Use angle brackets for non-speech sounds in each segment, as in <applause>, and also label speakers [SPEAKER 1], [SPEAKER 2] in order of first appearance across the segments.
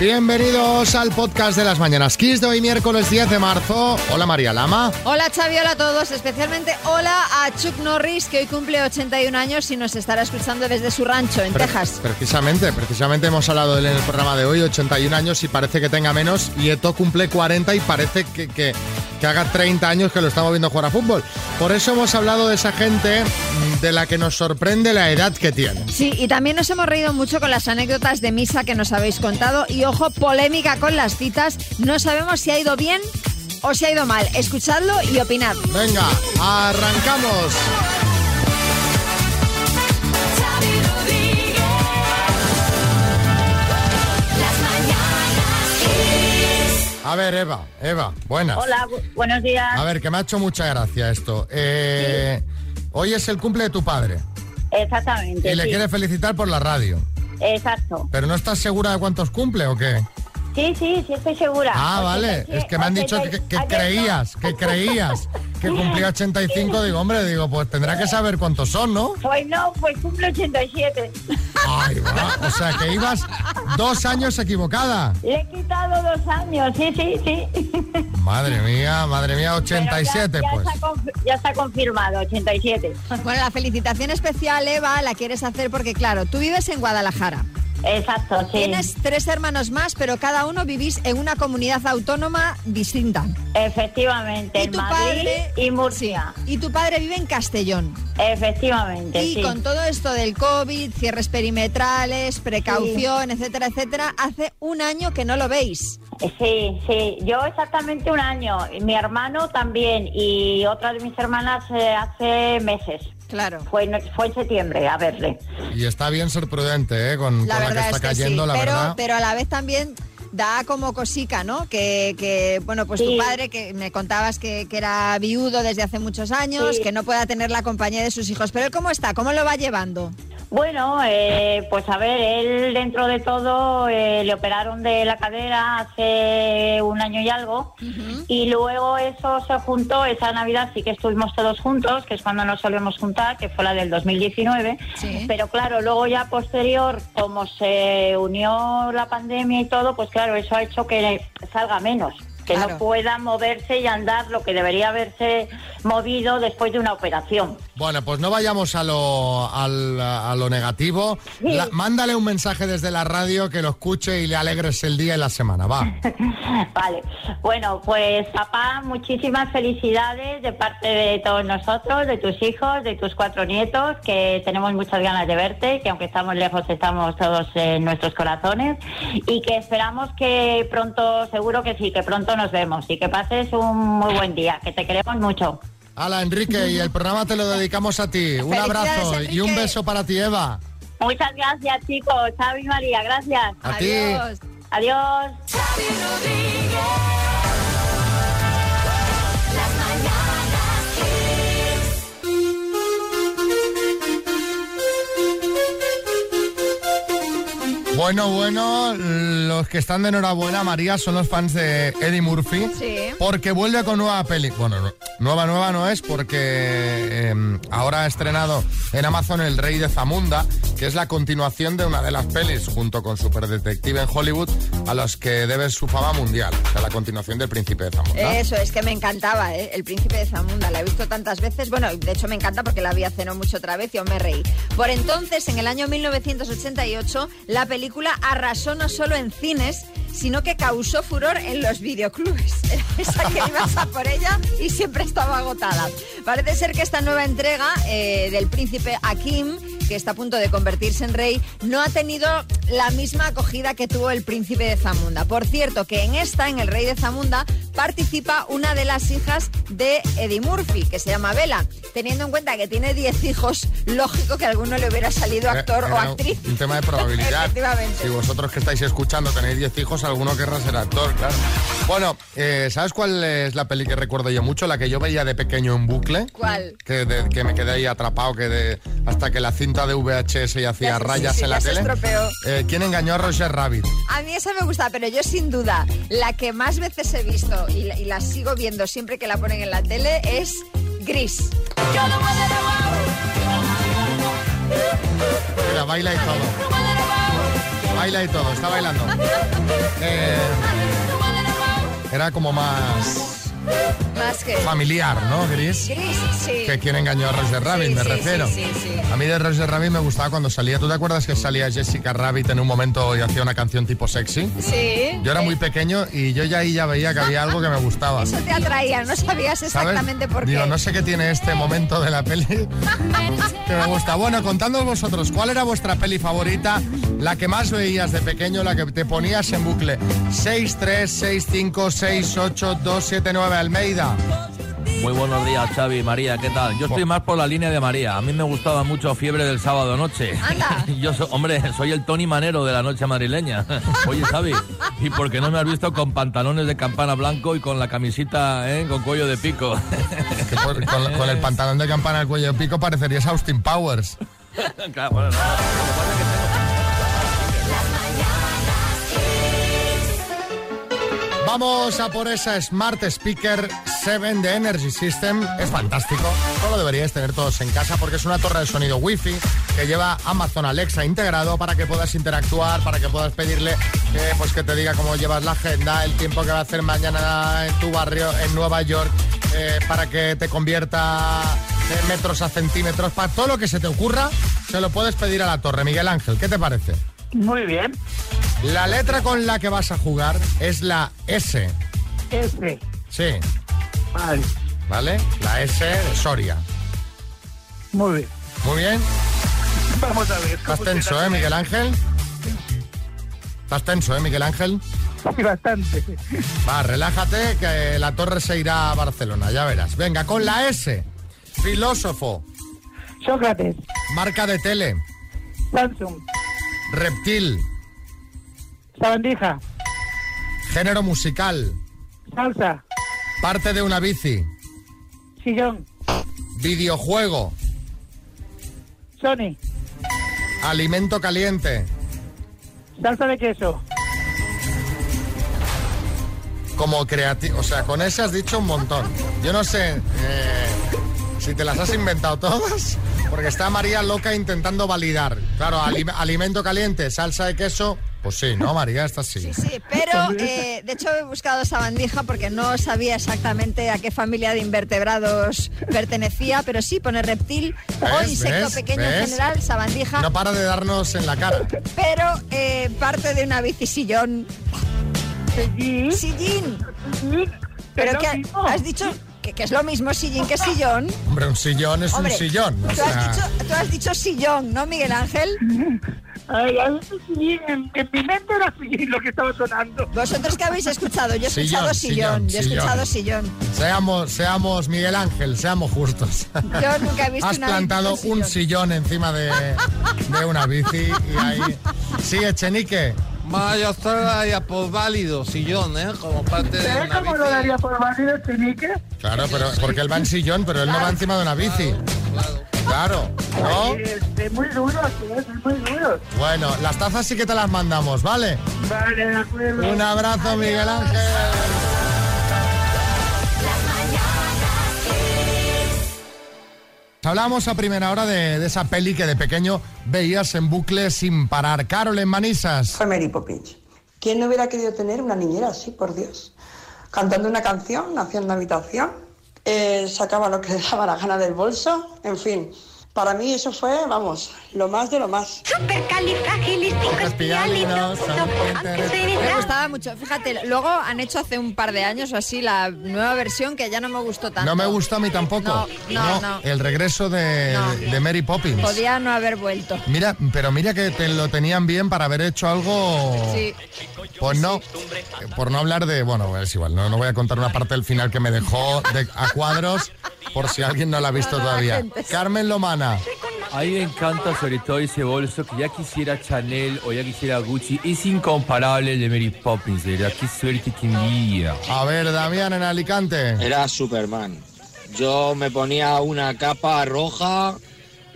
[SPEAKER 1] Bienvenidos al podcast de las mañanas Kiss de hoy miércoles 10 de marzo. Hola María Lama.
[SPEAKER 2] Hola Xavi, hola a todos, especialmente hola a Chuck Norris que hoy cumple 81 años y nos estará escuchando desde su rancho en
[SPEAKER 1] Pre-
[SPEAKER 2] Texas.
[SPEAKER 1] Precisamente, precisamente hemos hablado de él en el programa de hoy, 81 años y parece que tenga menos. Y Eto cumple 40 y parece que, que, que haga 30 años que lo estamos viendo jugar a fútbol. Por eso hemos hablado de esa gente mm, de la que nos sorprende la edad que tiene.
[SPEAKER 2] Sí, y también nos hemos reído mucho con las anécdotas de misa que nos habéis contado y ojo, polémica con las citas, no sabemos si ha ido bien o si ha ido mal. Escuchadlo y opinad.
[SPEAKER 1] Venga, arrancamos. A ver, Eva, Eva, buenas.
[SPEAKER 3] Hola, bu- buenos
[SPEAKER 1] A
[SPEAKER 3] días.
[SPEAKER 1] ver, que me ha hecho mucha gracia esto. Eh, Hoy es el cumple de tu padre
[SPEAKER 3] Exactamente.
[SPEAKER 1] y le
[SPEAKER 3] sí.
[SPEAKER 1] quieres felicitar por la radio.
[SPEAKER 3] Exacto.
[SPEAKER 1] ¿Pero no estás segura de cuántos cumple o qué?
[SPEAKER 3] Sí, sí, sí, estoy segura.
[SPEAKER 1] Ah, vale.
[SPEAKER 3] 87,
[SPEAKER 1] Es que me han dicho que, que
[SPEAKER 3] 88.
[SPEAKER 1] creías, que creías que cumplía 85. Digo, hombre, digo, pues tendrá que saber cuántos son, ¿no?
[SPEAKER 3] Pues no, pues cumple 87.
[SPEAKER 1] Ay, va. O sea, que ibas dos años equivocada.
[SPEAKER 3] Le he quitado dos años, sí, sí, sí.
[SPEAKER 1] Madre mía, madre mía,
[SPEAKER 3] Pero ya-
[SPEAKER 1] 87
[SPEAKER 3] ya
[SPEAKER 1] pues.
[SPEAKER 3] Está conf- ya está confirmado, 87.
[SPEAKER 2] Bueno, la felicitación especial, Eva, la quieres hacer porque, claro, tú vives en Guadalajara.
[SPEAKER 3] Exacto, sí.
[SPEAKER 2] Tienes tres hermanos más, pero cada uno vivís en una comunidad autónoma distinta.
[SPEAKER 3] Efectivamente, en Madrid y Murcia.
[SPEAKER 2] sí, y tu padre vive en Castellón.
[SPEAKER 3] Efectivamente,
[SPEAKER 2] Y
[SPEAKER 3] sí.
[SPEAKER 2] con todo esto del COVID, cierres perimetrales, precaución, etcétera, etcétera, hace un año que no lo veis.
[SPEAKER 3] Sí, sí, yo exactamente un año, y mi hermano también y otra de mis hermanas eh, hace meses.
[SPEAKER 2] Claro.
[SPEAKER 3] Fue, en- fue en septiembre a verle.
[SPEAKER 1] Y está bien ser prudente, ¿eh? Con,
[SPEAKER 2] La
[SPEAKER 1] con la que
[SPEAKER 2] verdad
[SPEAKER 1] está
[SPEAKER 2] es que sí,
[SPEAKER 1] cayendo, la
[SPEAKER 2] pero,
[SPEAKER 1] verdad.
[SPEAKER 2] pero a la vez también da como cosica, ¿no? Que, que, bueno, pues tu
[SPEAKER 3] Sí.
[SPEAKER 2] padre, que me contabas que, que era viudo desde hace muchos años,
[SPEAKER 3] Sí.
[SPEAKER 2] que no pueda tener la compañía de sus hijos. Pero él, ¿cómo está? ¿Cómo lo va llevando?
[SPEAKER 3] Bueno, eh, pues a ver, él dentro de todo eh, le operaron de la cadera hace un año y algo y luego eso se juntó, esa Navidad sí que estuvimos todos juntos, que es cuando nos solemos juntar, que fue la del 2019,
[SPEAKER 2] Sí.
[SPEAKER 3] pero claro, luego ya posterior, como se unió la pandemia y todo, pues claro, eso ha hecho que salga menos. Que
[SPEAKER 2] Claro.
[SPEAKER 3] no pueda moverse y andar lo que debería haberse movido después de una operación.
[SPEAKER 1] Bueno, pues no vayamos a lo, al- a lo negativo. La- mándale un mensaje desde la radio que lo escuche y le alegres el día y la semana,
[SPEAKER 2] <laughs>
[SPEAKER 1] va.
[SPEAKER 3] Vale, bueno, pues papá, muchísimas felicidades de parte de todos nosotros, de tus hijos, de tus cuatro nietos, que tenemos muchas ganas de verte, que aunque estamos lejos estamos todos en nuestros corazones y que esperamos que pronto, seguro que sí, que pronto nos vemos y que pases un muy buen día, que te queremos mucho.
[SPEAKER 1] Hala, Enrique, y el programa te lo dedicamos a ti. Un
[SPEAKER 2] Felicidades,
[SPEAKER 1] abrazo y un
[SPEAKER 2] Enrique.
[SPEAKER 1] beso para ti, Eva.
[SPEAKER 3] Muchas gracias chicos, Xavi y María, gracias.
[SPEAKER 1] A ti.
[SPEAKER 2] Adiós.
[SPEAKER 3] Adiós.
[SPEAKER 1] Bueno, bueno, los que están de enhorabuena, María, son los fans de Eddie Murphy.
[SPEAKER 2] Sí.
[SPEAKER 1] Porque vuelve con nueva peli. Bueno, no- nueva, nueva no es, porque eh, ahora ha estrenado en Amazon El Rey de Zamunda, que es la continuación de una de las pelis, junto con Super Detective en Hollywood, a los que debe su fama mundial. O sea, la continuación del Príncipe de Zamunda.
[SPEAKER 2] Eso, es que me encantaba, ¿eh? El príncipe de Zamunda. La he visto tantas veces. Bueno, de hecho me encanta porque la vi hace no mucho otra vez y aún me reí. Por entonces, en el año 1988, la película arrasó no solo en cines, sino que causó furor en los videoclubes. <laughs> Esa que ibas a por ella y siempre estaba agotada. Parece ser que esta nueva entrega eh, del príncipe Akim que está a punto de convertirse en rey, no ha tenido la misma acogida que tuvo el príncipe de Zamunda. Por cierto, que en esta, en el rey de Zamunda, participa una de las hijas de Eddie Murphy, que se llama Bella. Teniendo en cuenta que tiene 10 hijos, lógico que a alguno le hubiera salido actor
[SPEAKER 1] Era
[SPEAKER 2] o
[SPEAKER 1] un-
[SPEAKER 2] actriz.
[SPEAKER 1] Eh, Un tema de probabilidad.
[SPEAKER 2] <laughs> Efectivamente.
[SPEAKER 1] Si vosotros que estáis escuchando tenéis 10 hijos, alguno querrá ser actor, claro. Bueno, eh, ¿sabes cuál es la peli que recuerdo yo mucho? La que yo veía de pequeño en bucle.
[SPEAKER 2] ¿Cuál?
[SPEAKER 1] Que, de- que me quedé ahí atrapado que de- hasta que la cinta de VHS y hacía
[SPEAKER 2] Ya se-
[SPEAKER 1] rayas
[SPEAKER 2] sí, sí,
[SPEAKER 1] en la
[SPEAKER 2] ya se
[SPEAKER 1] tele.
[SPEAKER 2] estropeó.
[SPEAKER 1] Eh, ¿Quién engañó a Roger Rabbit?
[SPEAKER 2] A mí esa me gusta, pero yo sin duda, la que más veces he visto y la, y la sigo viendo siempre que la ponen en la tele es Gris.
[SPEAKER 1] Mira, baila y todo. baila y todo, está
[SPEAKER 2] <laughs>
[SPEAKER 1] bailando. Eh, era como más
[SPEAKER 2] Más que...
[SPEAKER 1] familiar, ¿no, Gris?
[SPEAKER 2] Gris, sí.
[SPEAKER 1] Que quien engañó a Roger Rabbit,
[SPEAKER 2] Sí,
[SPEAKER 1] me
[SPEAKER 2] sí,
[SPEAKER 1] refiero.
[SPEAKER 2] sí, sí, sí.
[SPEAKER 1] A mí de Roger Rabbit me gustaba cuando salía. ¿Tú te acuerdas que salía Jessica Rabbit en un momento y hacía una canción tipo sexy?
[SPEAKER 2] Sí.
[SPEAKER 1] Yo era muy pequeño y yo ya ahí ya veía que había algo que me
[SPEAKER 2] <laughs>
[SPEAKER 1] gustaba.
[SPEAKER 2] Eso te atraía, no sabías
[SPEAKER 1] ¿Sabes?
[SPEAKER 2] exactamente por qué.
[SPEAKER 1] Digo, no sé qué tiene este momento de la
[SPEAKER 2] <laughs>
[SPEAKER 1] peli que me gusta. Bueno, contadnos vosotros, ¿cuál era vuestra peli favorita? La que más veías de pequeño, la que te ponías en bucle. 636568279 Almeida.
[SPEAKER 4] Muy buenos días, Xavi, María, ¿qué tal? Yo estoy más por la línea de María. A mí me gustaba mucho Fiebre del Sábado Noche.
[SPEAKER 2] Anda.
[SPEAKER 4] <laughs> Yo, so- hombre, soy el Tony Manero de la noche madrileña. <laughs> Oye, Xavi, ¿y por qué no me has visto con pantalones de campana blanco y con la camisita eh, con cuello de pico? <laughs>
[SPEAKER 1] Que por- con, con el pantalón de campana al cuello de pico parecerías Austin Powers.
[SPEAKER 4] Claro, bueno, no.
[SPEAKER 1] Vamos a por esa Smart Speaker 7 de Energy System. Es fantástico. No lo deberíais tener todos en casa porque es una torre de sonido Wi-Fi que lleva Amazon Alexa integrado para que puedas interactuar, para que puedas pedirle eh, pues que te diga cómo llevas la agenda, el tiempo que va a hacer mañana en tu barrio, en Nueva York, eh, para que te convierta de metros a centímetros, para todo lo que se te ocurra, se lo puedes pedir a la torre. Miguel Ángel, ¿qué te parece?
[SPEAKER 5] Muy bien.
[SPEAKER 1] La letra con la que vas a jugar es la S.
[SPEAKER 5] Este.
[SPEAKER 1] Sí,
[SPEAKER 5] Vale.
[SPEAKER 1] ¿vale? La S de Soria.
[SPEAKER 5] Muy bien.
[SPEAKER 1] Muy bien.
[SPEAKER 5] Vamos a ver.
[SPEAKER 1] Estás tenso, ¿eh, Miguel Ángel? Estás tenso, ¿eh, Miguel Ángel?
[SPEAKER 5] Sí, bastante.
[SPEAKER 1] Va, relájate, que la torre se irá a Barcelona, ya verás. Venga, con la S. Filósofo.
[SPEAKER 5] Sócrates.
[SPEAKER 1] Marca de tele.
[SPEAKER 5] Samsung.
[SPEAKER 1] Reptil.
[SPEAKER 5] Sabandija.
[SPEAKER 1] Género musical.
[SPEAKER 5] Salsa.
[SPEAKER 1] Parte de una bici.
[SPEAKER 5] Sillón.
[SPEAKER 1] Videojuego.
[SPEAKER 5] Sony.
[SPEAKER 1] Alimento caliente.
[SPEAKER 5] Salsa de queso.
[SPEAKER 1] como creativo. O sea, con ese has dicho un montón. Yo no sé eh, si te las has inventado todas, porque está María loca intentando validar. Claro, ali- alimento caliente, salsa de queso. Pues sí, ¿no, María? Esta sí.
[SPEAKER 2] Sí, sí, pero eh, de hecho he buscado esa bandija porque no sabía exactamente a qué familia de invertebrados pertenecía, pero sí pone reptil o
[SPEAKER 1] ¿Ves?
[SPEAKER 2] insecto
[SPEAKER 1] ¿Ves?
[SPEAKER 2] pequeño en
[SPEAKER 1] ¿Ves?
[SPEAKER 2] general, sabandija,
[SPEAKER 1] No para de darnos en la cara.
[SPEAKER 2] pero eh, parte de una bici sillón.
[SPEAKER 5] Sillín.
[SPEAKER 2] Sillín,
[SPEAKER 5] Sillín.
[SPEAKER 2] pero
[SPEAKER 5] ¿Mm? Es lo
[SPEAKER 2] que ha-
[SPEAKER 5] mismo.
[SPEAKER 2] has dicho que, que es lo mismo sillín que sillón.
[SPEAKER 1] Hombre, un sillón es
[SPEAKER 2] Hombre,
[SPEAKER 1] un sillón. o
[SPEAKER 2] tú, has
[SPEAKER 1] sea,
[SPEAKER 2] dicho, tú has dicho sillón, ¿no, Miguel Ángel?
[SPEAKER 5] Ay, ay, sillín. En, en mi mente era sillín lo que estaba sonando.
[SPEAKER 2] Vosotros qué habéis escuchado, yo he escuchado
[SPEAKER 1] Sillón,
[SPEAKER 2] sillón,
[SPEAKER 1] sillón,
[SPEAKER 2] yo he escuchado sillón.
[SPEAKER 1] Seamos, seamos Miguel Ángel, seamos justos.
[SPEAKER 2] Yo nunca he visto
[SPEAKER 1] Has
[SPEAKER 2] una
[SPEAKER 1] plantado
[SPEAKER 2] bici con
[SPEAKER 1] un sillón encima de, de una bici y ahí... Sí, Echenique.
[SPEAKER 6] Vaya, yo daría por válido, sillón, ¿eh? Como parte de
[SPEAKER 5] ¿Sabes
[SPEAKER 6] una
[SPEAKER 5] cómo lo
[SPEAKER 6] bici.
[SPEAKER 5] daría por válido, este Chinique?
[SPEAKER 1] Claro, pero porque él va en sillón, pero él no va encima de una bici.
[SPEAKER 6] Claro.
[SPEAKER 1] Claro, ¿no?
[SPEAKER 5] Ay, Es, es muy duro, sí, es muy duro.
[SPEAKER 1] Bueno, las tazas sí que te las mandamos, ¿vale?
[SPEAKER 5] Vale, de acuerdo.
[SPEAKER 1] Un abrazo, Miguel Ángel. Hablamos a primera hora de, de esa peli que de pequeño veías en bucle sin parar. Carol en Manisas.
[SPEAKER 7] Fue Mary Poppins. ¿Quién no hubiera querido tener una niñera así, por Dios? Cantando una canción, hacía una habitación, eh, sacaba lo que le daba la gana del bolso, en fin. Para mí eso fue, vamos, lo más de lo más.
[SPEAKER 2] Me gustaba mucho. Fíjate, luego han hecho hace un par de años o así la nueva versión que ya no me gustó tanto.
[SPEAKER 1] No me gusta a mí tampoco.
[SPEAKER 2] No, no, no.
[SPEAKER 1] El regreso de,
[SPEAKER 2] No.
[SPEAKER 1] de Mary Poppins.
[SPEAKER 2] Podía no haber vuelto.
[SPEAKER 1] Mira, pero mira que te lo tenían bien para haber hecho algo.
[SPEAKER 2] Sí.
[SPEAKER 1] Pues no, eh, por no hablar de, bueno, es igual, no, no voy a contar una parte del final que me dejó de- a cuadros por si alguien no la ha visto
[SPEAKER 2] No, no, la
[SPEAKER 1] todavía.
[SPEAKER 2] gente.
[SPEAKER 1] Carmen Lomana,
[SPEAKER 4] A mí me encanta sobre todo ese bolso que ya quisiera Chanel o ya quisiera Gucci. Es incomparable el de Mary Poppins, de verdad. Qué suerte que envidia.
[SPEAKER 1] a ver, Damián en Alicante.
[SPEAKER 8] Era Superman. Yo me ponía una capa roja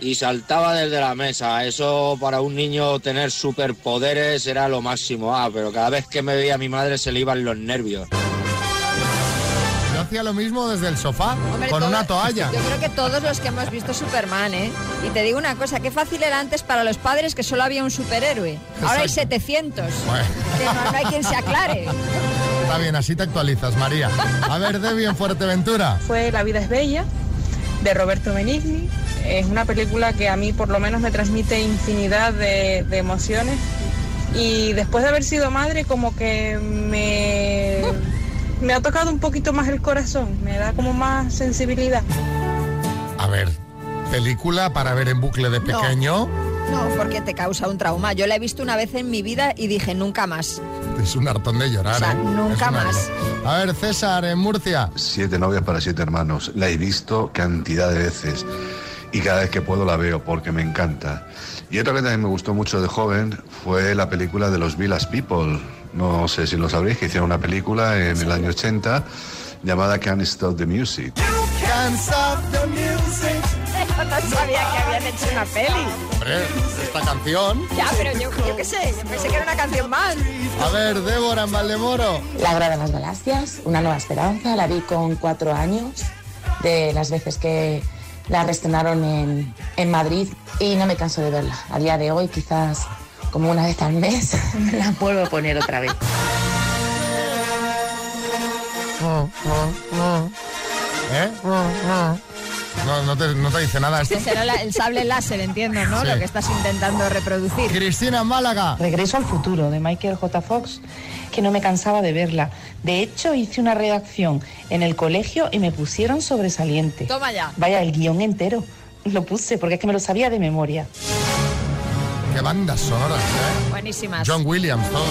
[SPEAKER 8] y saltaba desde la mesa. Eso para un niño tener superpoderes era lo máximo. Ah, pero cada vez que me veía a mi madre se le iban los nervios.
[SPEAKER 1] No hacía lo mismo desde el sofá,
[SPEAKER 2] Hombre,
[SPEAKER 1] con
[SPEAKER 2] todo-
[SPEAKER 1] una toalla.
[SPEAKER 2] <laughs> Yo creo que todos los que hemos visto Superman, ¿eh? Y te digo una cosa, qué fácil era antes para los padres que solo había un superhéroe. Ahora hay 700.
[SPEAKER 1] Bueno.
[SPEAKER 2] Que no, no hay quien se aclare.
[SPEAKER 1] Está bien, así te actualizas, María. A ver, Debbie en Fuerteventura.
[SPEAKER 9] fue La vida es bella de Roberto Benigni. Es una película que a mí por lo menos me transmite infinidad de, de emociones y después de haber sido madre como que me, me ha tocado un poquito más el corazón, me da como más sensibilidad.
[SPEAKER 1] A ver, película para ver en bucle de pequeño.
[SPEAKER 2] No, porque te causa un trauma. Yo la he visto una vez en mi vida y dije nunca más.
[SPEAKER 1] Es un hartón de llorar,
[SPEAKER 2] O sea,
[SPEAKER 1] ¿eh?
[SPEAKER 2] nunca
[SPEAKER 1] Es un
[SPEAKER 2] más.
[SPEAKER 1] hartón. A ver, César en Murcia.
[SPEAKER 10] Siete novias para siete hermanos. La he visto cantidad de veces y cada vez que puedo la veo porque me encanta. Y otra que también me gustó mucho de joven fue la película de los Villas People. No sé si lo sabréis, que hicieron una película en el año 80 llamada Can't Stop the Music.
[SPEAKER 2] Yo no sabía que habían hecho una peli.
[SPEAKER 1] Hombre, esta canción.
[SPEAKER 2] Ya, pero yo, yo qué sé, yo pensé que era una canción más.
[SPEAKER 1] A ver, Débora en Valdemoro.
[SPEAKER 11] La Hora de las Galaxias, Una Nueva Esperanza, la vi con cuatro años, de las veces que la restrenaron en, en Madrid y no me canso de verla. A día de hoy, quizás como una vez al mes, <laughs> me la vuelvo a poner otra vez.
[SPEAKER 1] ¿Eh? No, no, te, no te dice nada Este- esto.
[SPEAKER 2] Este Será la- el sable láser, entiendo, ¿no?
[SPEAKER 1] Sí.
[SPEAKER 2] Lo que estás intentando reproducir.
[SPEAKER 1] Cristina en Málaga.
[SPEAKER 11] Regreso al futuro de Michael J. Fox, que no me cansaba de verla. De hecho, hice una redacción en el colegio y me pusieron sobresaliente.
[SPEAKER 2] Toma ya.
[SPEAKER 11] Vaya, el guión entero lo puse porque es que me lo sabía de memoria.
[SPEAKER 1] Qué bandas sonoras, ¿eh?
[SPEAKER 2] Buenísimas.
[SPEAKER 1] John Williams, todo.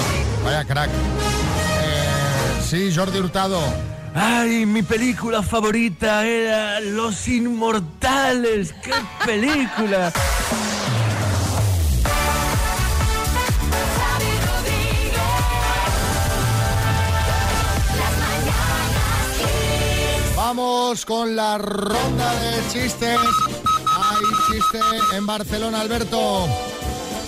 [SPEAKER 1] Vaya crack. Eh, sí, Jordi Hurtado.
[SPEAKER 12] Ay, mi película favorita era Los Inmortales. ¡Qué película!
[SPEAKER 1] Vamos con la ronda de chistes. Hay chiste en Barcelona, Alberto.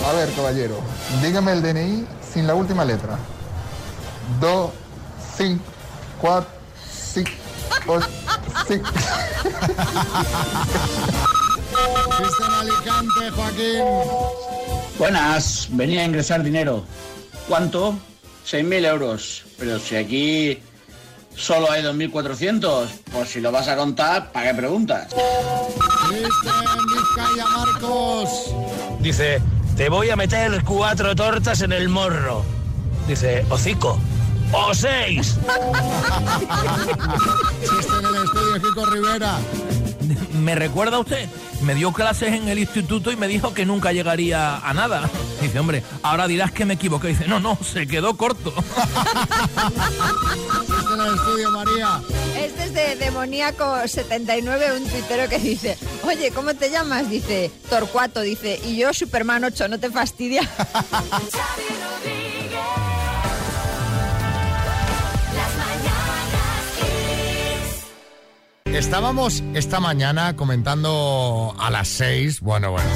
[SPEAKER 13] A ver, caballero, dígame el DNI sin la última letra. 2, 5, 4, 5, 8, 5.
[SPEAKER 1] Chiste en Alicante, Joaquín.
[SPEAKER 14] Buenas, venía a ingresar dinero. ¿Cuánto? 6.000 euros. Pero si aquí solo hay 2.400, pues si lo vas a contar, ¿para qué preguntas?
[SPEAKER 1] Chiste en Vizcaya, Marcos.
[SPEAKER 15] Dice, te voy a meter cuatro tortas en el morro. Dice, o cinco, o seis.
[SPEAKER 1] Chiste en el estudio, Kiko Rivera.
[SPEAKER 12] ¿Me recuerda usted? Me dio clases en el instituto y me dijo que nunca llegaría a nada. Dice, hombre, ahora dirás que me equivoqué. Dice, no, no, se quedó corto.
[SPEAKER 1] Chiste en el estudio, María.
[SPEAKER 2] Este es de Demoníaco79, un tuitero que dice, oye, ¿cómo te llamas? Dice, Torcuato, dice, y yo Superman 8, ¿no te fastidia? <laughs>
[SPEAKER 1] Estábamos esta mañana comentando a las seis, bueno, bueno.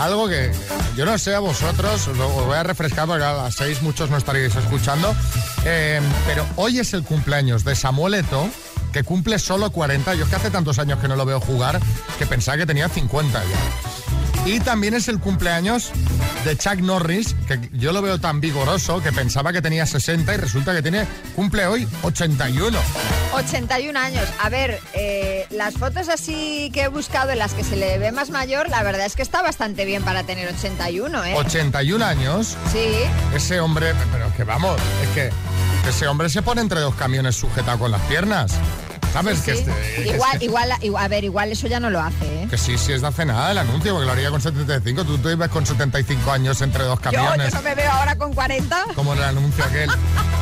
[SPEAKER 1] Algo que yo no sé a vosotros, os lo os voy a refrescar porque a las seis muchos no estaréis escuchando, eh, pero hoy es el cumpleaños de Samuel Eto, que cumple solo 40. Yo es que hace tantos años que no lo veo jugar que pensaba que tenía 50 ya. Y también es el cumpleaños de Chuck Norris, que yo lo veo tan vigoroso que pensaba que tenía 60 y resulta que tiene cumple hoy 81.
[SPEAKER 2] 81 años. A ver, eh, las fotos así que he buscado en las que se le ve más mayor, la verdad es que está bastante bien para tener 81, ¿eh?
[SPEAKER 1] 81 años.
[SPEAKER 2] Sí.
[SPEAKER 1] Ese hombre, pero que vamos, es que ese hombre se pone entre dos camiones sujetado con las piernas. ¿Sabes que este-
[SPEAKER 2] Igual,
[SPEAKER 1] que,
[SPEAKER 2] igual, igual- a ver, igual eso ya no lo hace, ¿eh?
[SPEAKER 1] que sí, sí, es de hace nada el anuncio, porque lo haría con 75. Tú, tú ibas con 75 años entre dos
[SPEAKER 2] Yo, yo
[SPEAKER 1] camiones,
[SPEAKER 2] no me veo ahora con 40.
[SPEAKER 1] como en el anuncio aquel.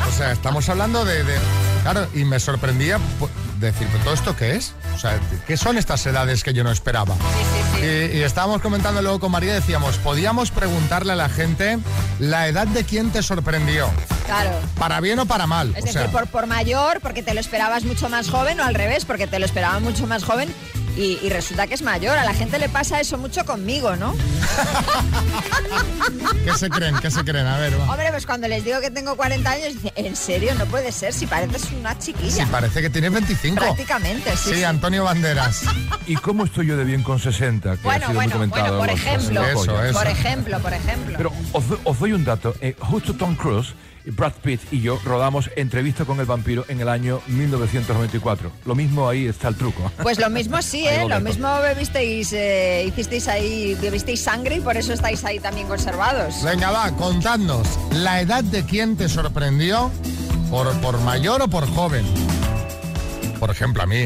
[SPEAKER 1] O sea, estamos hablando de... de- claro, y me sorprendía pu- decir, ¿pero todo esto qué es? O sea, ¿qué son estas edades que yo no esperaba? Y, y estábamos comentando luego con María, decíamos, podíamos preguntarle a la gente la edad de quién te sorprendió.
[SPEAKER 2] Claro.
[SPEAKER 1] Para bien o para mal.
[SPEAKER 2] Es
[SPEAKER 1] o
[SPEAKER 2] decir,
[SPEAKER 1] sea,
[SPEAKER 2] por, por mayor, porque te lo esperabas mucho más joven, o al revés, porque te lo esperaba mucho más joven, Y, y resulta que es mayor. A la gente le pasa eso mucho conmigo, ¿no?
[SPEAKER 1] ¿Qué se creen? ¿Qué se creen? A ver, va.
[SPEAKER 2] Hombre, pues cuando les digo que tengo 40 años, dicen, ¿en serio? No puede ser, si pareces una chiquilla.
[SPEAKER 1] Parece que tienes 25.
[SPEAKER 2] Prácticamente, sí.
[SPEAKER 1] Sí,
[SPEAKER 2] sí.
[SPEAKER 1] Antonio Banderas.
[SPEAKER 4] ¿Y cómo estoy yo de bien con 60? Que ha
[SPEAKER 2] Bueno,
[SPEAKER 4] sido muy
[SPEAKER 2] bueno, bueno,
[SPEAKER 4] comentado
[SPEAKER 2] por
[SPEAKER 4] en los- en
[SPEAKER 2] ejemplo,
[SPEAKER 4] los Goya?
[SPEAKER 2] por ejemplo, por ejemplo.
[SPEAKER 4] Pero os, do- os doy un dato. Eh, justo Tom Cruise, Brad Pitt y yo rodamos Entrevista con el vampiro en el año 1994. Lo mismo ahí está el truco. <laughs>
[SPEAKER 2] Pues lo mismo sí,
[SPEAKER 4] Ahí
[SPEAKER 2] ¿eh?
[SPEAKER 4] lo
[SPEAKER 2] Lo
[SPEAKER 4] dejo.
[SPEAKER 2] mismo bebisteis, eh, hicisteis ahí, bebisteis sangre y por eso estáis ahí también conservados.
[SPEAKER 1] Venga, va, contadnos. ¿La edad de quién te sorprendió? ¿Por, por mayor o por joven? Por ejemplo, a mí,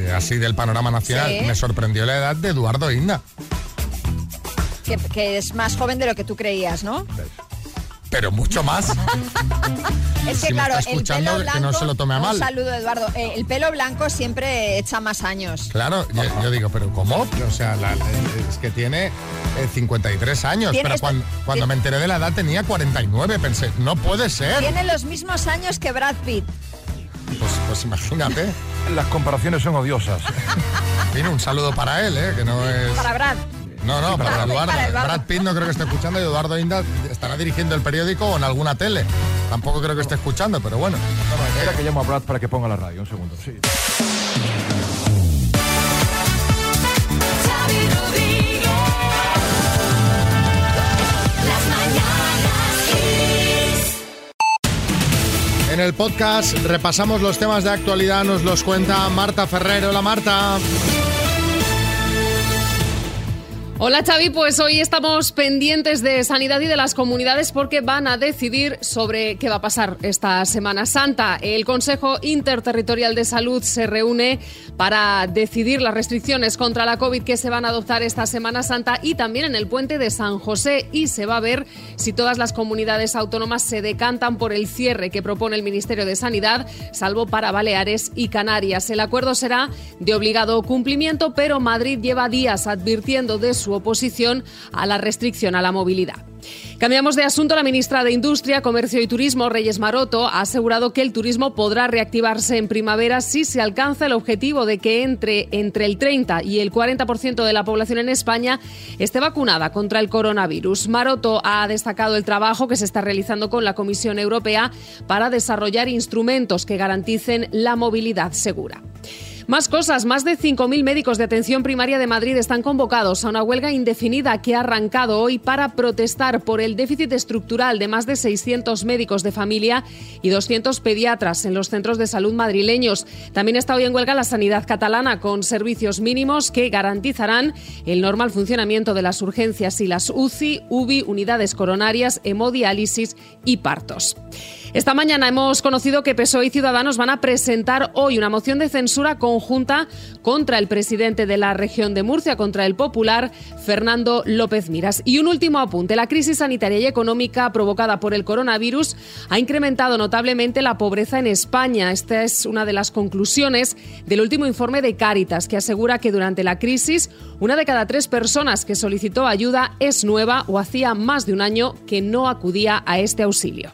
[SPEAKER 1] eh, así del panorama nacional,
[SPEAKER 2] Sí.
[SPEAKER 1] me sorprendió la edad de Eduardo Inda.
[SPEAKER 2] Que, que es más joven de lo que tú creías, ¿no?
[SPEAKER 1] Pero mucho más.
[SPEAKER 2] <laughs> Es que
[SPEAKER 1] Si me
[SPEAKER 2] claro,
[SPEAKER 1] está
[SPEAKER 2] el
[SPEAKER 1] escuchando,
[SPEAKER 2] pelo
[SPEAKER 1] que
[SPEAKER 2] blanco.
[SPEAKER 1] no se lo tome a mal.
[SPEAKER 2] Un saludo, Eduardo. Eh, el pelo blanco siempre echa más años.
[SPEAKER 1] Claro, yo, yo digo, pero ¿cómo? O sea, la- la- es que tiene eh, 53 años,
[SPEAKER 2] Tiene
[SPEAKER 1] pero
[SPEAKER 2] esto-
[SPEAKER 1] cuando, cuando me enteré de la edad tenía 49, pensé, no puede ser.
[SPEAKER 2] Tiene los mismos años que Brad Pitt.
[SPEAKER 1] Pues, pues imagínate.
[SPEAKER 4] Las comparaciones son odiosas.
[SPEAKER 1] Tiene un saludo para él, ¿eh? que no es...
[SPEAKER 2] Para Brad.
[SPEAKER 1] No, no, para,
[SPEAKER 2] Para-
[SPEAKER 1] Eduardo.
[SPEAKER 2] para Eduardo.
[SPEAKER 1] Brad Pitt no creo que esté escuchando y Eduardo Inda estará dirigiendo el periódico o en alguna tele. Tampoco creo que esté escuchando, pero bueno.
[SPEAKER 4] Espera que llamo a Brad para que ponga la radio. Un segundo. Sí.
[SPEAKER 1] En el podcast repasamos los temas de actualidad, nos los cuenta Marta Ferrer. Hola Marta.
[SPEAKER 5] Hola Xavi, pues hoy estamos pendientes de Sanidad y de las comunidades porque van a decidir sobre qué va a pasar esta Semana Santa. El Consejo Interterritorial de Salud se reúne para decidir las restricciones contra la COVID que se van a adoptar esta Semana Santa y también en el puente de San José y se va a ver si todas las comunidades autónomas se decantan por el cierre que propone el Ministerio de Sanidad, salvo para Baleares y Canarias. El acuerdo será de obligado cumplimiento, pero Madrid lleva días advirtiendo de su oposición a la restricción a la movilidad. Cambiamos de asunto. La ministra de Industria, Comercio y Turismo, Reyes Maroto, ha asegurado que el turismo podrá reactivarse en primavera si se alcanza el objetivo de que entre, entre el 30 y el 40% de la población en España esté vacunada contra el coronavirus. Maroto ha destacado el trabajo que se está realizando con la Comisión Europea para desarrollar instrumentos que garanticen la movilidad segura. Más cosas, más de 5.000 médicos de atención primaria de Madrid están convocados a una huelga indefinida que ha arrancado hoy para protestar por el déficit estructural de más de 600 médicos de familia y 200 pediatras en los centros de salud madrileños. También está hoy en huelga la sanidad catalana con servicios mínimos que garantizarán el normal funcionamiento de las urgencias y las UCI, UBI, unidades coronarias, hemodiálisis y partos. Esta mañana hemos conocido que PSOE E y Ciudadanos van a presentar hoy una moción de censura conjunta contra el presidente de la región de Murcia, contra el popular Fernando López Miras. Y un último apunte, la crisis sanitaria y económica provocada por el coronavirus ha incrementado notablemente la pobreza en España. Esta es una de las conclusiones del último informe de Cáritas, que asegura que durante la crisis una de cada tres personas que solicitó ayuda es nueva o hacía más de un año que no acudía a este auxilio.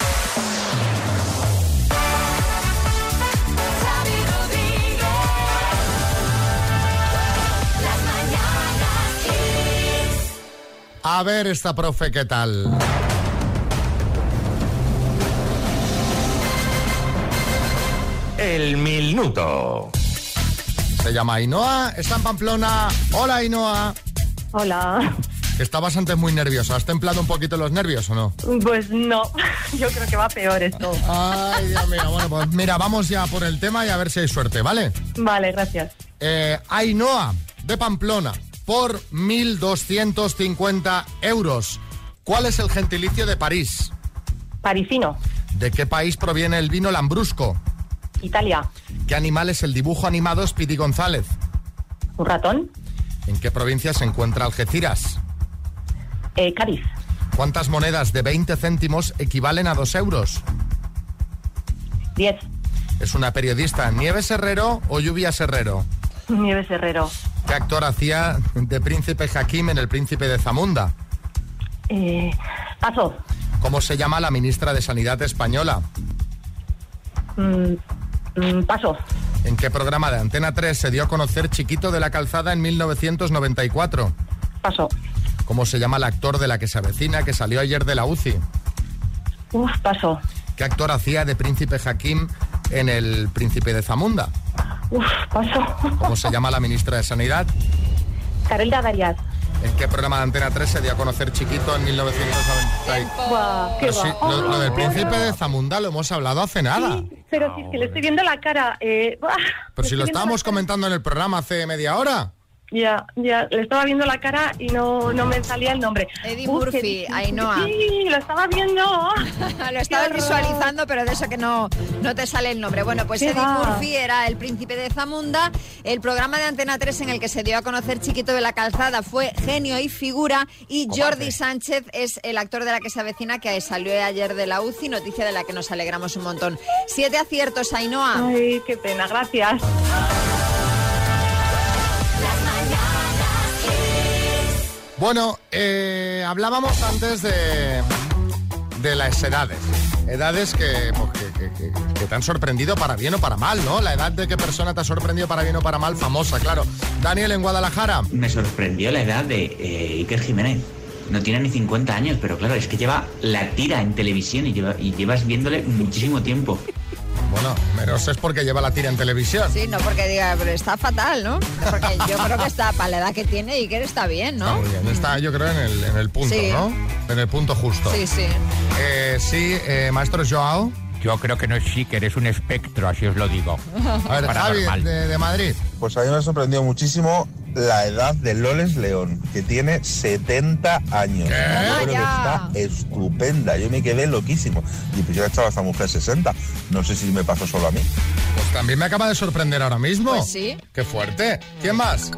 [SPEAKER 1] A ver esta profe, ¿qué tal?
[SPEAKER 16] El minuto.
[SPEAKER 1] Se llama Ainhoa, está en Pamplona. Hola Ainhoa.
[SPEAKER 17] Hola.
[SPEAKER 1] Estabas antes muy nerviosa. ¿Has templado un poquito los nervios o no?
[SPEAKER 17] Pues no, yo creo que va peor esto.
[SPEAKER 1] Ay, Dios mío, bueno, pues mira, vamos ya por el tema y a ver si hay suerte, ¿vale?
[SPEAKER 17] Vale, gracias.
[SPEAKER 1] Eh, Ainhoa, de Pamplona, por 1.250 euros. ¿Cuál es el gentilicio de París?
[SPEAKER 17] Parisino,
[SPEAKER 1] ¿De qué país proviene el vino Lambrusco?
[SPEAKER 17] Italia,
[SPEAKER 1] ¿Qué animal es el dibujo animado Speedy González?
[SPEAKER 17] un ratón,
[SPEAKER 1] ¿En qué provincia se encuentra Algeciras?
[SPEAKER 17] eh, Cádiz,
[SPEAKER 1] ¿Cuántas monedas de 20 céntimos equivalen a 2 euros?
[SPEAKER 17] 10,
[SPEAKER 1] ¿Es una periodista Nieves Herrero o Lluvias Herrero?
[SPEAKER 17] Nieves Herrero,
[SPEAKER 1] ¿Qué actor hacía de Príncipe Hakim en El Príncipe de Zamunda?
[SPEAKER 17] eh, paso,
[SPEAKER 1] ¿Cómo se llama la ministra de Sanidad española?
[SPEAKER 17] mm, mm, paso,
[SPEAKER 1] ¿En qué programa de Antena 3 se dio a conocer Chiquito de la Calzada en 1994?
[SPEAKER 3] Paso.
[SPEAKER 1] ¿Cómo se llama el actor de la que se avecina que salió ayer de la UCI?
[SPEAKER 3] Uf, paso.
[SPEAKER 1] ¿Qué actor hacía de Príncipe Hakim en El Príncipe de Zamunda?
[SPEAKER 3] Uf, paso.
[SPEAKER 1] ¿Cómo se llama la ministra de Sanidad?
[SPEAKER 3] Carilda Darias.
[SPEAKER 1] ¿En qué programa de Antena 3 se dio a conocer Chiquito en 1994?
[SPEAKER 3] Buah, qué
[SPEAKER 1] Pero sí,
[SPEAKER 3] va.
[SPEAKER 1] lo, lo del
[SPEAKER 3] Oh,
[SPEAKER 1] príncipe
[SPEAKER 3] no.
[SPEAKER 1] de Zamunda lo hemos hablado hace nada.
[SPEAKER 3] Pero si es que le estoy viendo la cara. eh, buah,
[SPEAKER 1] Pero
[SPEAKER 3] le
[SPEAKER 1] si
[SPEAKER 3] estoy
[SPEAKER 1] lo
[SPEAKER 3] viendo
[SPEAKER 1] estábamos comentando en el programa hace media hora.
[SPEAKER 3] Ya, ya, le estaba viendo la cara y no, no me salía el nombre.
[SPEAKER 2] Eddie
[SPEAKER 3] Uf,
[SPEAKER 2] Murphy,
[SPEAKER 3] qué difícil.
[SPEAKER 2] Ainhoa.
[SPEAKER 3] Sí, lo estaba viendo.
[SPEAKER 2] <laughs> Ah, lo estabas visualizando, pero de eso que no, no te sale el nombre. Bueno, pues
[SPEAKER 3] ¿Qué
[SPEAKER 2] Eddie
[SPEAKER 3] va?
[SPEAKER 2] Murphy era el príncipe de Zamunda. El programa de Antena 3 en el que se dio a conocer Chiquito de la Calzada fue Genio y Figura. Y Jordi Sánchez es el actor de la que se avecina que salió ayer de la UCI, noticia de la que nos alegramos un montón. Siete aciertos, Ainhoa.
[SPEAKER 3] Ay, qué pena, gracias.
[SPEAKER 1] Bueno, eh, hablábamos antes de, de las edades. Edades que, pues, que- que- que- que te han sorprendido para bien o para mal, ¿no? La edad de qué persona te ha sorprendido para bien o para mal, famosa, claro. Daniel en Guadalajara.
[SPEAKER 18] Me sorprendió la edad de eh, Iker Jiménez. No tiene ni 50 años, pero claro, es que lleva la tira en televisión y, lleva- y llevas viéndole muchísimo tiempo.
[SPEAKER 1] Bueno, menos es porque lleva la tira en televisión.
[SPEAKER 2] Sí, no porque diga, pero está fatal, ¿no? Porque yo creo que está, para la edad que tiene, y que está bien,
[SPEAKER 1] Está
[SPEAKER 2] ¿no?
[SPEAKER 1] muy bien. Está, yo creo, en el, en el punto,
[SPEAKER 2] Sí.
[SPEAKER 1] ¿no? En el punto justo.
[SPEAKER 2] Sí, sí.
[SPEAKER 1] Eh, sí, eh, maestro Joao.
[SPEAKER 19] Yo creo que no es Shiker, es un espectro, así os lo digo.
[SPEAKER 1] <laughs> A
[SPEAKER 2] <laughs>
[SPEAKER 1] ver, Javi,
[SPEAKER 19] Paranormal.
[SPEAKER 1] de, de Madrid.
[SPEAKER 20] Pues a mí me ha sorprendido muchísimo la edad de Loles León, que tiene 70 años. Yo creo que está estupenda. Yo me quedé loquísimo. Y pues ya estaba esta mujer 60. No sé si me pasó solo a mí.
[SPEAKER 1] Pues también me acaba de sorprender ahora mismo.
[SPEAKER 20] Pues sí.
[SPEAKER 1] Qué fuerte. ¿Quién más?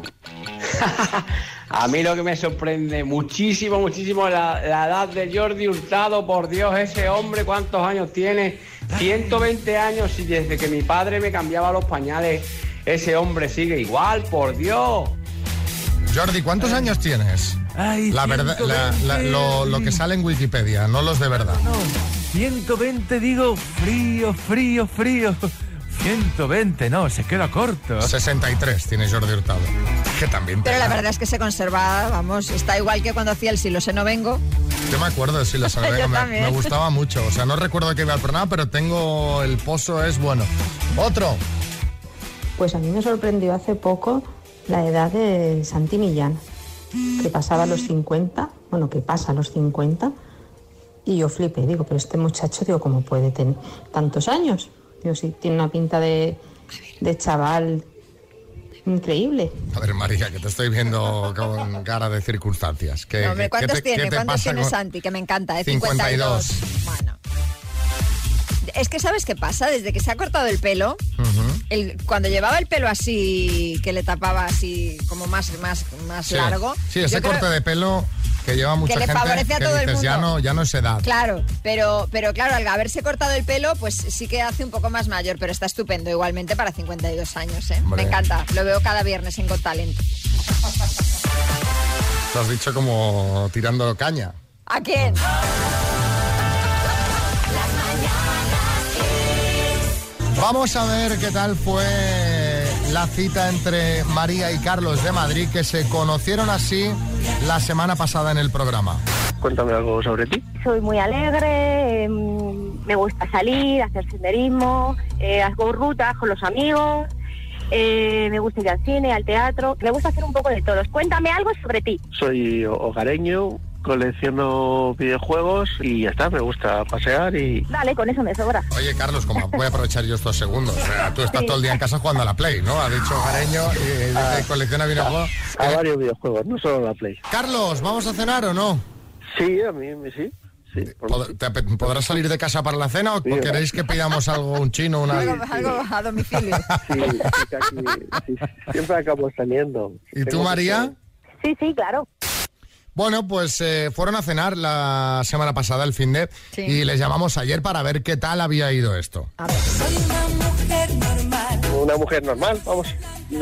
[SPEAKER 21] A mí lo que me sorprende muchísimo, muchísimo la, la edad de Jordi Hurtado, por Dios, ese hombre, ¿cuántos años tiene? 120 años y desde que mi padre me cambiaba los pañales, ese hombre sigue igual, por Dios.
[SPEAKER 1] Jordi,
[SPEAKER 2] Eh.
[SPEAKER 1] ¿cuántos años tienes? la verdad, la- la- lo, lo que sale en Wikipedia, no los de verdad.
[SPEAKER 4] 120, digo, frío, frío, frío. 120, no, se queda corto.
[SPEAKER 1] 63 tiene Jordi Hurtado. Que también
[SPEAKER 2] Pero la verdad es que se conserva, vamos, está igual que cuando hacía el Si lo sé no vengo.
[SPEAKER 1] Yo me acuerdo de sí,
[SPEAKER 2] <laughs>
[SPEAKER 1] la Salvega,
[SPEAKER 2] Yo
[SPEAKER 1] me,
[SPEAKER 2] también.
[SPEAKER 1] me gustaba mucho. O sea, no recuerdo que iba al programa, pero tengo el pozo, es bueno. Otro.
[SPEAKER 22] Pues a mí me sorprendió hace poco la edad de Santi Millán, que pasaba los 50, bueno, que pasa los 50, y yo flipé, digo, pero este muchacho, digo, ¿cómo puede tener tantos años? Digo, sí, tiene una pinta de, de chaval increíble.
[SPEAKER 1] A ver, María, que te estoy viendo con cara de circunstancias. ¿Qué,
[SPEAKER 2] No, hombre,
[SPEAKER 1] qué- qué
[SPEAKER 2] ¿Cuántos
[SPEAKER 1] te,
[SPEAKER 2] tiene?
[SPEAKER 1] qué te
[SPEAKER 2] ¿Cuántos
[SPEAKER 1] pasa
[SPEAKER 2] tiene
[SPEAKER 1] con-
[SPEAKER 2] Santi? Que me encanta, ¿eh?
[SPEAKER 1] 52.
[SPEAKER 2] 52. Bueno. Es que ¿sabes qué pasa? Desde que se ha cortado el pelo,
[SPEAKER 1] Ujú.
[SPEAKER 2] el- cuando llevaba el pelo así, que le tapaba así como más, más, más
[SPEAKER 1] Sí.
[SPEAKER 2] largo...
[SPEAKER 1] Sí,
[SPEAKER 2] yo
[SPEAKER 1] ese
[SPEAKER 2] creo-
[SPEAKER 1] corte de pelo que lleva mucha
[SPEAKER 2] le
[SPEAKER 1] gente.
[SPEAKER 2] favorece a
[SPEAKER 1] que
[SPEAKER 2] todo el
[SPEAKER 1] dices, Ya
[SPEAKER 2] mundo".
[SPEAKER 1] no, ya no es edad.
[SPEAKER 2] Claro, pero, pero claro, al haberse cortado el pelo, pues sí que hace un poco más mayor, pero está estupendo igualmente para 52 años, ¿eh?
[SPEAKER 1] Hombre.
[SPEAKER 2] Me encanta, lo veo cada viernes en Got Talent.
[SPEAKER 1] Lo has dicho como tirando caña.
[SPEAKER 2] ¿A quién?
[SPEAKER 1] Vamos a ver qué tal fue la cita entre María y Carlos de Madrid, que se conocieron así la semana pasada en el programa.
[SPEAKER 5] Cuéntame algo sobre ti.
[SPEAKER 3] Soy muy alegre, em, me gusta salir, hacer senderismo, eh, hago rutas con los amigos, eh, me gusta ir al cine, al teatro, me gusta hacer un poco de todos. Cuéntame algo sobre ti.
[SPEAKER 5] Soy hogareño, colecciono videojuegos y ya está, me gusta pasear y...
[SPEAKER 3] Vale, con eso me sobra.
[SPEAKER 1] Oye, Carlos, como voy a aprovechar yo estos segundos. O sea, tú estás todo el día en casa jugando a la Play, ¿no? Ha dicho Gareño y dice, colecciona videojuegos.
[SPEAKER 5] A varios videojuegos, no solo la Play.
[SPEAKER 1] Carlos, ¿vamos a cenar o no?
[SPEAKER 5] Sí, a mí me- sí. sí por-
[SPEAKER 1] ¿Pod- te ape- ¿Podrás salir de casa para la cena o o queréis que pidamos algo, un chino, una...
[SPEAKER 2] Algo, algo a domicilio.
[SPEAKER 5] sí, sí, casi- sí, siempre acabo saliendo.
[SPEAKER 1] ¿Y tú,
[SPEAKER 5] Tengo que
[SPEAKER 1] María?
[SPEAKER 3] Sí, sí, claro.
[SPEAKER 1] Bueno, pues eh, fueron a cenar la semana pasada, el fin de,
[SPEAKER 23] Sí.
[SPEAKER 1] y les llamamos ayer para ver qué tal había ido esto.
[SPEAKER 23] Soy una mujer normal.
[SPEAKER 5] ser Una mujer normal, vamos,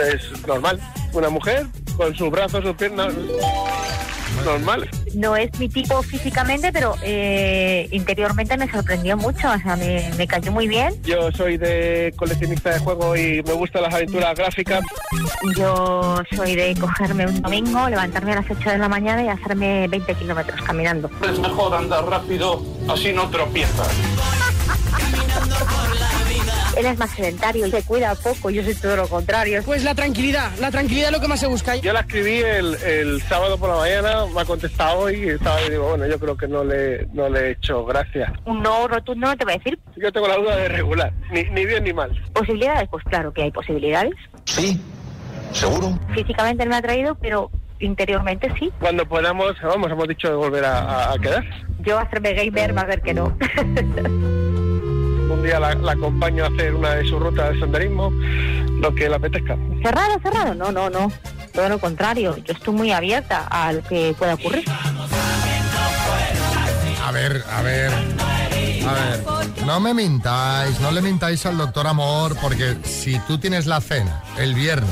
[SPEAKER 5] es normal. Una mujer con sus brazos, sus piernas... normal.
[SPEAKER 3] No es mi tipo físicamente, pero eh, interiormente me sorprendió mucho, o sea, me, me cayó muy bien.
[SPEAKER 5] Yo soy de coleccionista de juegos y me gustan las aventuras gráficas.
[SPEAKER 3] Yo soy de cogerme un domingo, levantarme a las 8 de la mañana y hacerme 20 kilómetros caminando.
[SPEAKER 24] Es mejor andar rápido, así no tropiezas.
[SPEAKER 3] Él es más sedentario, se cuida poco, yo soy todo lo contrario.
[SPEAKER 25] Pues la tranquilidad, la tranquilidad es lo que más se busca.
[SPEAKER 5] Yo la escribí el, el sábado por la mañana, me ha contestado y el sábado digo, bueno, yo creo que no le, no le he hecho gracia.
[SPEAKER 3] Un no rotundo no te voy a decir.
[SPEAKER 5] Yo tengo la duda de regular, ni, ni bien ni mal.
[SPEAKER 3] ¿Posibilidades? Pues claro que hay posibilidades.
[SPEAKER 26] Sí, seguro.
[SPEAKER 3] Físicamente no me ha traído, pero interiormente sí.
[SPEAKER 5] Cuando podamos, vamos, hemos dicho de volver a, a- a quedar.
[SPEAKER 3] Yo hacerme gamer va a ver que no. <laughs>
[SPEAKER 5] Un día la, la acompaño a hacer una de sus rutas de senderismo, lo que le apetezca.
[SPEAKER 3] cerrado, cerrado, no, no, no. Todo lo contrario, yo estoy muy abierta a lo que pueda ocurrir.
[SPEAKER 1] A ver, a ver. A ver, no me mintáis, no le mintáis al doctor Amor, porque si tú tienes la cena el viernes,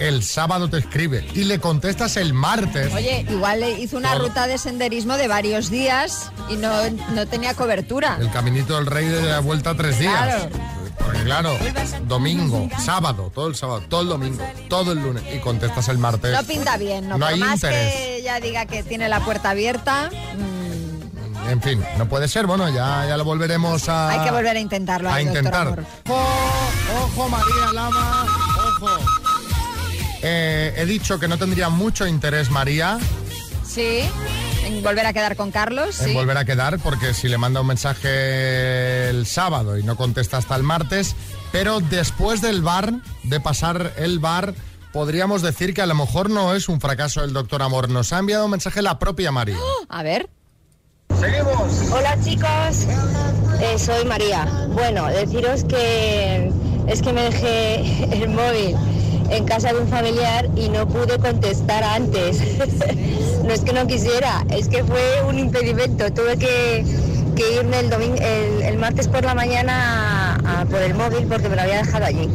[SPEAKER 1] el sábado te escribe y le contestas el martes.
[SPEAKER 27] Oye, igual le hizo una
[SPEAKER 1] Por-
[SPEAKER 27] ruta de senderismo de varios días y no, no tenía cobertura.
[SPEAKER 1] El caminito del rey de la vuelta tres días.
[SPEAKER 27] Claro.
[SPEAKER 1] Porque claro, domingo, sábado, todo el sábado, todo el domingo, todo el lunes y contestas el martes.
[SPEAKER 27] No pinta bien, ¿no?
[SPEAKER 1] No
[SPEAKER 27] Por
[SPEAKER 1] hay
[SPEAKER 27] más
[SPEAKER 1] interés.
[SPEAKER 27] que ella diga que tiene la puerta abierta, mm,
[SPEAKER 1] En fin, no puede ser. Bueno, ya, ya lo volveremos a...
[SPEAKER 27] hay que volver a intentarlo.
[SPEAKER 1] Ah, a
[SPEAKER 27] ahí, doctor
[SPEAKER 1] intentar.
[SPEAKER 27] Amor.
[SPEAKER 1] Ojo, María Lama, ojo. Eh, he dicho que no tendría mucho interés María
[SPEAKER 27] Sí, en volver a quedar con Carlos.
[SPEAKER 1] en
[SPEAKER 27] sí.
[SPEAKER 1] volver a quedar porque si le manda un mensaje el sábado y no contesta hasta el martes, pero después del bar, de pasar el bar, podríamos decir que a lo mejor no es un fracaso el doctor Amor. Nos ha enviado un mensaje la propia María.
[SPEAKER 2] ¡Oh!
[SPEAKER 27] A ver.
[SPEAKER 2] Seguimos. Hola chicos, Eh, soy María. Bueno, deciros que es que me dejé <laughs> el móvil en casa de un familiar y no pude contestar antes. <laughs> no es que no quisiera, es que fue un impedimento. Tuve que, que irme el, domingo, el, el martes por la mañana a- a por el móvil porque me lo había dejado allí.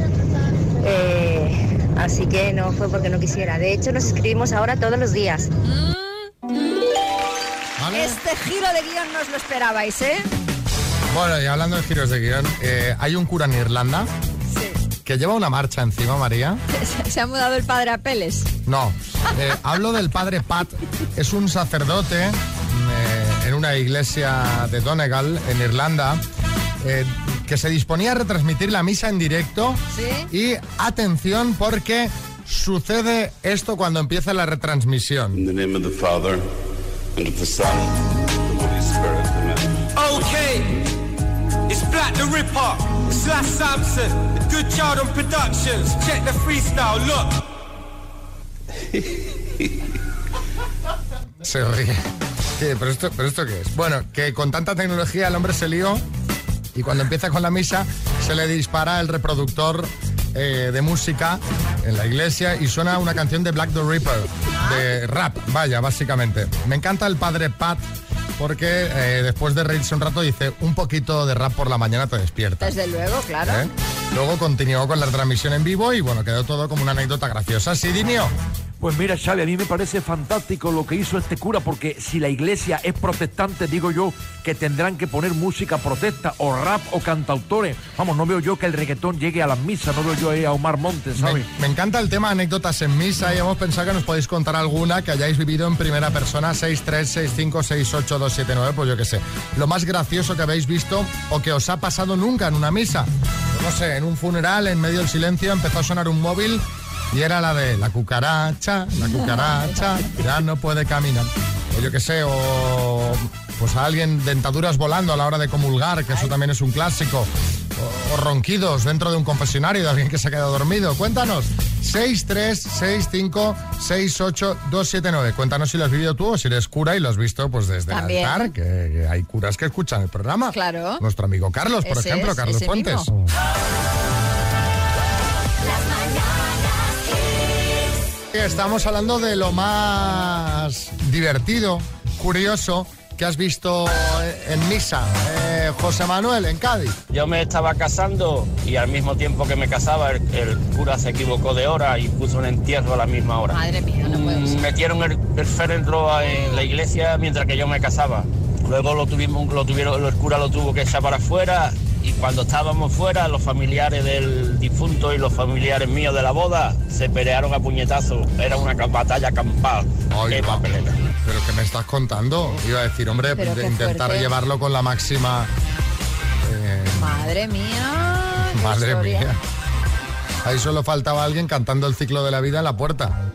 [SPEAKER 2] Eh, así que no fue porque no quisiera. De hecho, nos escribimos ahora todos los días.
[SPEAKER 27] Este giro de guión no os lo esperabais, ¿eh?
[SPEAKER 1] Bueno, y hablando de giros de guión, eh, hay un cura en Irlanda que lleva una marcha encima, María.
[SPEAKER 27] <laughs> Se- Se ha mudado el padre a Peles.
[SPEAKER 1] No, eh, hablo del padre Pat, es un sacerdote eh, en una iglesia de Donegal, en Irlanda, eh, que se disponía a retransmitir la misa en directo. Y atención porque sucede esto cuando empieza la retransmisión.
[SPEAKER 10] In the name of the Father, and of the Son, and of the Holy Spirit. Amen.
[SPEAKER 28] Okay, it's Black the Ripper, Slash Samson, the Good Child on Productions. Check the freestyle, look.
[SPEAKER 1] Se ríe. Sí, pero esto, pero esto qué es? Bueno, que con tanta tecnología el hombre se lió y cuando empieza con la misa se le dispara el reproductor eh, de música en la iglesia y suena una canción de Black the Ripper, de rap, vaya, básicamente. Me encanta el padre Pat porque eh, después de reírse un rato dice un poquito de rap por la mañana te despierta.
[SPEAKER 27] Desde luego, claro.
[SPEAKER 1] ¿Eh? Luego continuó con la transmisión en vivo y bueno, quedó todo como una anécdota graciosa. Sidinio.
[SPEAKER 4] Pues mira, Xavi, a mí me parece fantástico lo que hizo este cura, porque si la iglesia es protestante, digo yo, que tendrán que poner música protesta, o rap, o cantautores. Vamos, no veo yo que el reggaetón llegue a las misas, no veo yo ahí a Omar Montes,
[SPEAKER 1] Me,
[SPEAKER 4] ¿sabes?
[SPEAKER 1] me encanta el tema anécdotas en misa y hemos pensado que nos podéis contar alguna que hayáis vivido en primera persona 636568279, pues yo qué sé. Lo más gracioso que habéis visto o que os ha pasado nunca en una misa. Pues No sé, en un funeral, en medio del silencio, empezó a sonar un móvil y era la de la cucaracha, la cucaracha, ya no puede caminar. O yo qué sé, o pues a alguien dentaduras volando a la hora de comulgar, que eso también es un clásico o ronquidos dentro de un confesionario de alguien que se ha quedado dormido. Cuéntanos. 636568279. Cuéntanos si lo has vivido tú o si eres cura y lo has visto pues desde
[SPEAKER 27] También.
[SPEAKER 1] el altar, que, que hay curas que escuchan el programa.
[SPEAKER 27] Claro.
[SPEAKER 1] Nuestro amigo Carlos, por
[SPEAKER 27] Ese
[SPEAKER 1] ejemplo,
[SPEAKER 27] es,
[SPEAKER 1] Carlos
[SPEAKER 27] ese
[SPEAKER 1] Fuentes.
[SPEAKER 27] mismo.
[SPEAKER 1] Estamos hablando de lo más divertido, curioso que has visto en misa. Eh, eh, José Manuel en Cádiz.
[SPEAKER 5] Yo me estaba casando y al mismo tiempo que me casaba el, el cura se equivocó de hora y puso un entierro a la misma hora.
[SPEAKER 29] Madre mía, no puedo.
[SPEAKER 5] Mm, Metieron el, el Ferenroa en la iglesia mientras que yo me casaba. Luego lo tuvimos, lo tuvieron, el cura lo tuvo que echar para afuera y cuando estábamos fuera los familiares del difunto y los familiares míos de la boda se pelearon a puñetazos. Era una ca- batalla campal.
[SPEAKER 1] Ay, va. Pero ¿qué me estás contando? Iba a decir, hombre,
[SPEAKER 2] Pero
[SPEAKER 1] de-
[SPEAKER 2] qué
[SPEAKER 1] intentar
[SPEAKER 2] fuerte.
[SPEAKER 1] llevarlo con la máxima... eh,
[SPEAKER 2] Madre mía. qué
[SPEAKER 1] madre
[SPEAKER 2] historia.
[SPEAKER 1] mía. Ahí solo faltaba alguien cantando el ciclo de la vida en la puerta.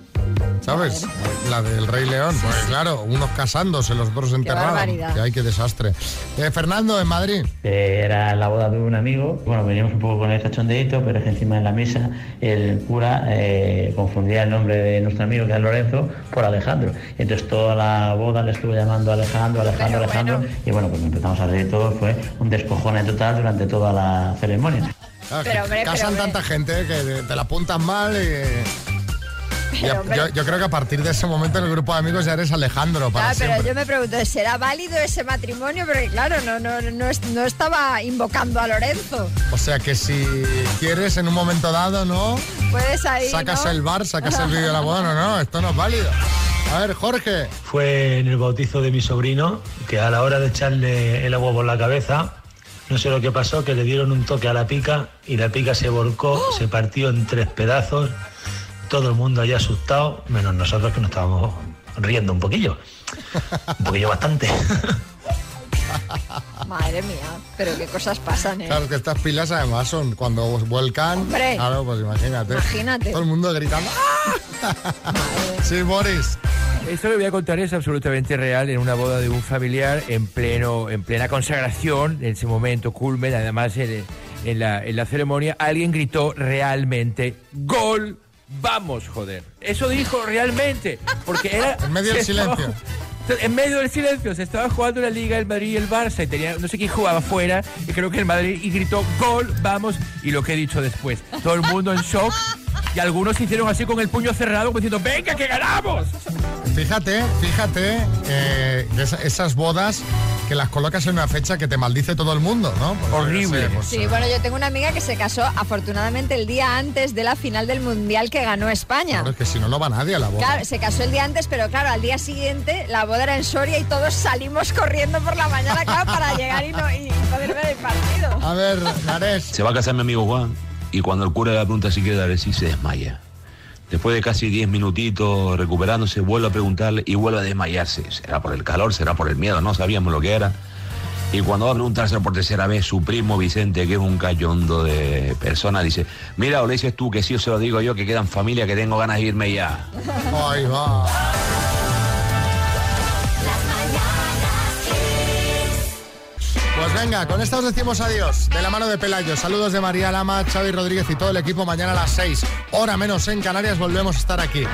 [SPEAKER 1] ¿Sabes? La del Rey León. Pues claro, unos casándose, los otros enterrados.
[SPEAKER 2] barbaridad.
[SPEAKER 1] Que hay que desastre. Eh, Fernando, en Madrid.
[SPEAKER 30] que Eh, era la boda de un amigo. Bueno, veníamos un poco con el cachondeito, pero es que encima en la mesa el cura eh, confundía el nombre de nuestro amigo, que es Lorenzo, por Alejandro. Entonces toda la boda le estuvo llamando Alejandro, Alejandro, Alejandro. Y bueno, pues empezamos a reír todos. Fue un despojón total durante toda la ceremonia.
[SPEAKER 1] Ah,
[SPEAKER 2] Pero,
[SPEAKER 1] que
[SPEAKER 2] hombre, pero,
[SPEAKER 1] casan
[SPEAKER 2] hombre.
[SPEAKER 1] tanta gente que te- te la apuntas mal y... y
[SPEAKER 2] <laughs> Pero,
[SPEAKER 1] a-
[SPEAKER 2] hombre.
[SPEAKER 1] yo, yo creo que a partir de ese momento en el grupo de amigos ya eres Alejandro para
[SPEAKER 2] Claro, pero
[SPEAKER 1] siempre.
[SPEAKER 2] yo me pregunto, ¿será válido ese matrimonio? Porque claro, no, no, no, es- no estaba invocando a Lorenzo.
[SPEAKER 1] O sea que si quieres en un momento dado, ¿no?
[SPEAKER 2] Puedes ahí.
[SPEAKER 1] Sacas
[SPEAKER 2] ¿no?
[SPEAKER 1] el bar, sacas el vídeo de la boda. No, no, esto no es válido. A ver, Jorge.
[SPEAKER 31] Fue en el bautizo de mi sobrino que a la hora de echarle el agua por la cabeza, no sé lo que pasó, que le dieron un toque a la pica y la pica se volcó, se partió en tres pedazos, todo el mundo allá asustado, menos nosotros que nos estábamos riendo un poquillo, un poquillo bastante.
[SPEAKER 2] Madre mía, pero qué cosas pasan, ¿eh?
[SPEAKER 1] Claro, que estas pilas además son cuando vuelcan.
[SPEAKER 2] Hombre.
[SPEAKER 1] Claro, pues imagínate.
[SPEAKER 2] Imagínate.
[SPEAKER 1] Todo el mundo gritando. ¡Ah! <laughs> sí, Boris.
[SPEAKER 4] Esto que voy a contar es absolutamente real en una boda de un familiar en pleno, en plena consagración, en ese momento culmen, además en, en la, en la ceremonia, alguien gritó realmente gol, vamos joder. Eso dijo realmente, porque era
[SPEAKER 1] <laughs> En medio del
[SPEAKER 4] se estaba-
[SPEAKER 1] silencio.
[SPEAKER 4] <laughs> en medio del silencio se estaba jugando la liga el Madrid y el Barça y tenía no sé quién jugaba afuera y creo que el Madrid y gritó gol vamos y lo que he dicho después todo el mundo en shock y algunos se hicieron así con el puño cerrado como diciendo venga que ganamos
[SPEAKER 1] Fíjate, fíjate eh, que esa- esas bodas que las colocas en una fecha que te maldice todo el mundo, ¿no? Pues,
[SPEAKER 4] Horrible.
[SPEAKER 1] yo qué sé, pues,
[SPEAKER 2] Sí, bueno, yo tengo una amiga que se casó afortunadamente el día antes de la final del Mundial que ganó España.
[SPEAKER 1] claro, es que si no, no va nadie a la boda.
[SPEAKER 2] Claro, se casó el día antes, pero claro, al día siguiente la boda era en Soria y todos salimos corriendo por la mañana, claro, para llegar y, no, y poder ver el partido.
[SPEAKER 1] A ver, Nares.
[SPEAKER 10] Se va a casar mi amigo Juan y cuando el cura le pregunta si quiere dar el sí, se desmaya. Después de casi 10 minutitos recuperándose, vuelve a preguntarle y vuelve a desmayarse. Será por el calor, será por el miedo, no sabíamos lo que era. Y cuando va a preguntárselo por tercera vez, su primo Vicente, que es un cayondo de persona, dice, mira, o le dices tú que sí o se lo digo yo, que quedan familia, que tengo ganas de irme ya.
[SPEAKER 1] Ahí va. Pues venga, con esta os decimos adiós. De la mano de Pelayo. Saludos de María Lama, Xavi Rodríguez y todo el equipo. Mañana a las 6, hora menos en Canarias, volvemos a estar aquí.